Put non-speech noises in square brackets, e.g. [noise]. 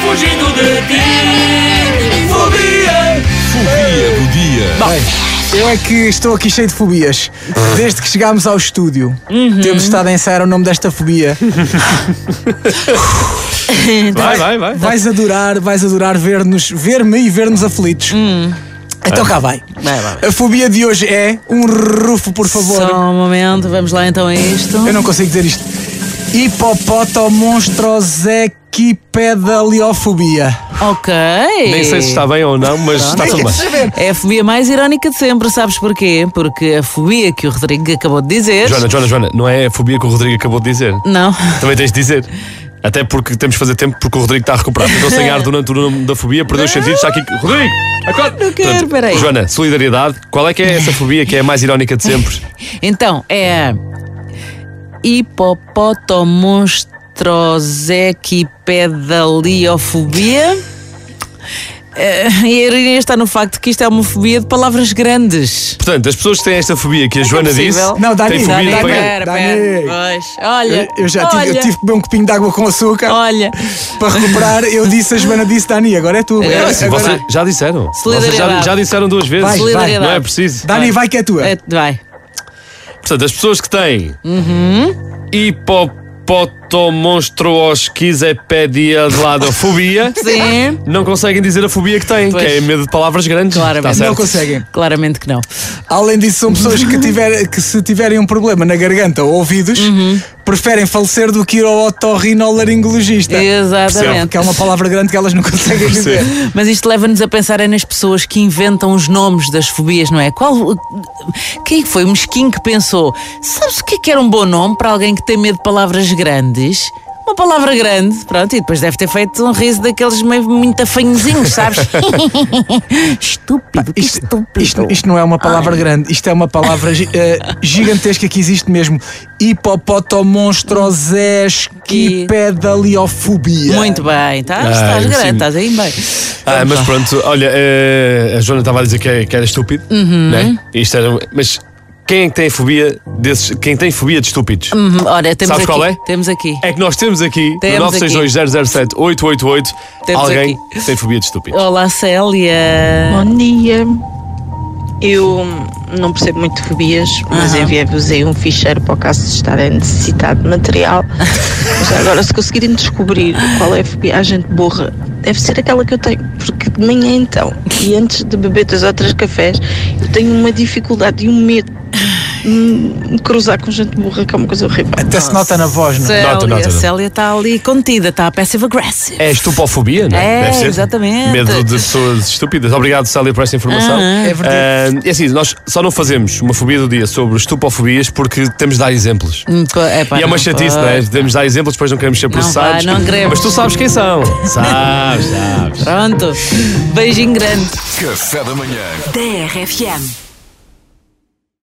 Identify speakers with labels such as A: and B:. A: fugindo de ti. Fobia.
B: Fobia do dia.
C: Eu é que estou aqui cheio de fobias. Desde que chegámos ao estúdio,
D: Uhum.
C: temos estado a ensaiar o nome desta fobia.
D: Vai, vai, vai.
C: Vais adorar, vais adorar ver-nos, ver-me e ver-nos aflitos. Então cá vai.
D: Hum. Vai, vai,
C: A fobia de hoje é um rufo, por favor.
D: Só um momento, vamos lá então a isto.
C: Eu não consigo dizer isto. Hipopotomonstrosecipedaliofobia.
D: Ok.
E: Nem sei se está bem ou não, mas está tudo bem.
D: É a fobia mais irónica de sempre, sabes porquê? Porque a fobia que o Rodrigo acabou de dizer.
E: Joana, Joana, Joana, não é a fobia que o Rodrigo acabou de dizer.
D: Não.
E: Também tens de dizer. Até porque temos de fazer tempo porque o Rodrigo está a recuperar. Ficou sem ar durante o nome da fobia, perdeu os sentidos, está aqui. Rodrigo! Acorda!
D: Não quero,
E: Portanto,
D: peraí.
E: Joana, solidariedade. Qual é que é essa fobia que é a mais irónica de sempre?
D: Então, é a hipopotomonstrosecipedaliofobia. Eh, E a ironia está no facto que isto é uma fobia de palavras grandes.
E: Portanto, as pessoas que têm esta fobia que a Joana disse.
D: possível.
C: Não, Dani,
E: Tem fobia
D: Dani,
E: de
C: Dani,
E: apanhar.
D: pera, pera.
C: Dani.
D: Pois, olha.
C: Eu, eu já tive, eu
D: olha,
C: tive que beber um copinho de água com açúcar
D: Olha,
C: para recuperar. Eu disse, a Joana disse, Dani, agora é tu.
D: É,
C: Agora-
E: Sim,
C: agora-
E: vocês já disseram. Vocês já,
D: Solidariedade.
E: já disseram duas vezes.
C: Vai, vai.
E: Não é preciso.
C: Dani, vai que é tua.
D: eh, vai.
E: Portanto, as pessoas que têm
D: [laughs]
E: hipopotomonstrosquizepedialadofobia
D: Sim.
E: não conseguem dizer a fobia que têm,
D: Pois.
E: que é medo de palavras grandes.
D: Claramente.
E: Está Tá certo.
C: Não conseguem.
D: Claramente que não.
C: Além disso, são
D: [laughs]
C: pessoas que, tiver, que se tiverem um problema na garganta ou ouvidos,
D: Uhum.
C: preferem falecer do que ir ao otorrinolaringologista.
D: Exatamente.
C: Que é uma palavra grande que elas não conseguem dizer.
D: Mas isto leva-nos a pensar é nas pessoas que inventam os nomes das fobias, não é? Qual, quem foi o mesquinho que pensou? Sabes o que é que era um bom nome para alguém que tem medo de palavras grandes? Uma palavra grande, pronto, e depois deve ter feito um riso daqueles meio muito afanhozinhos, sabes? [laughs] estúpido, que estúpido.
C: Isto, isto não é uma palavra grande, isto é uma palavra gi- eh, gigantesca que existe mesmo. Hipopotomonstrosesquipedaliofobia.
D: Muito bem, estás,
E: Ah,
D: estás
E: sim.
D: grande, estás aí bem.
E: Ah, mas pronto, olha, eh, a Joana estava a dizer que é- que era estúpido,
D: Uhum.
E: né? Isto era, mas quem é que tem a fobia desses? Quem tem fobia de estúpidos?
D: Hum, Ora, temos
E: Sabes
D: aqui.
E: qual é?
D: Temos aqui.
E: É que nós temos aqui
D: Temos
E: no 962
D: Temos
E: alguém
D: aqui.
E: que tem fobia de estúpidos.
D: Olá, Célia.
F: Bom dia. Ah, Eu não percebo muito de fobias, mas
D: Aham.
F: enviei-vos aí um ficheiro para o caso de estarem necessitado de [laughs] material. Já agora, se conseguirem descobrir qual é a fobia, a gente borra. Deve ser aquela que eu tenho, porque de manhã então, e antes de beber dois ou três cafés, eu tenho uma dificuldade e um medo de me cruzar com gente burra, que é uma coisa horrível.
C: Até se nota na voz, não é?
D: Célia,
E: Nota, nota, nota.
D: Célia está ali contida, está passive aggressive.
E: É estupofobia, não é?
D: É,
E: Deve ser.
D: exatamente.
E: Medo de pessoas estúpidas. Obrigado, Célia, por esta informação.
D: Aham.
C: É verdade.
E: Ah, é assim, nós só não fazemos uma fobia do dia sobre estupofobias porque temos de dar exemplos.
D: Hum, co- epá,
E: e é uma
D: não
E: chatice, não
D: pode.
E: é? Devemos dar exemplos, depois não queremos ser processados.
D: vai, não queremos.
E: Mas tu sabes quem são. Sabes, sabes.
D: Pronto. Beijinho grande.
B: Café da manhã.
G: TRFM.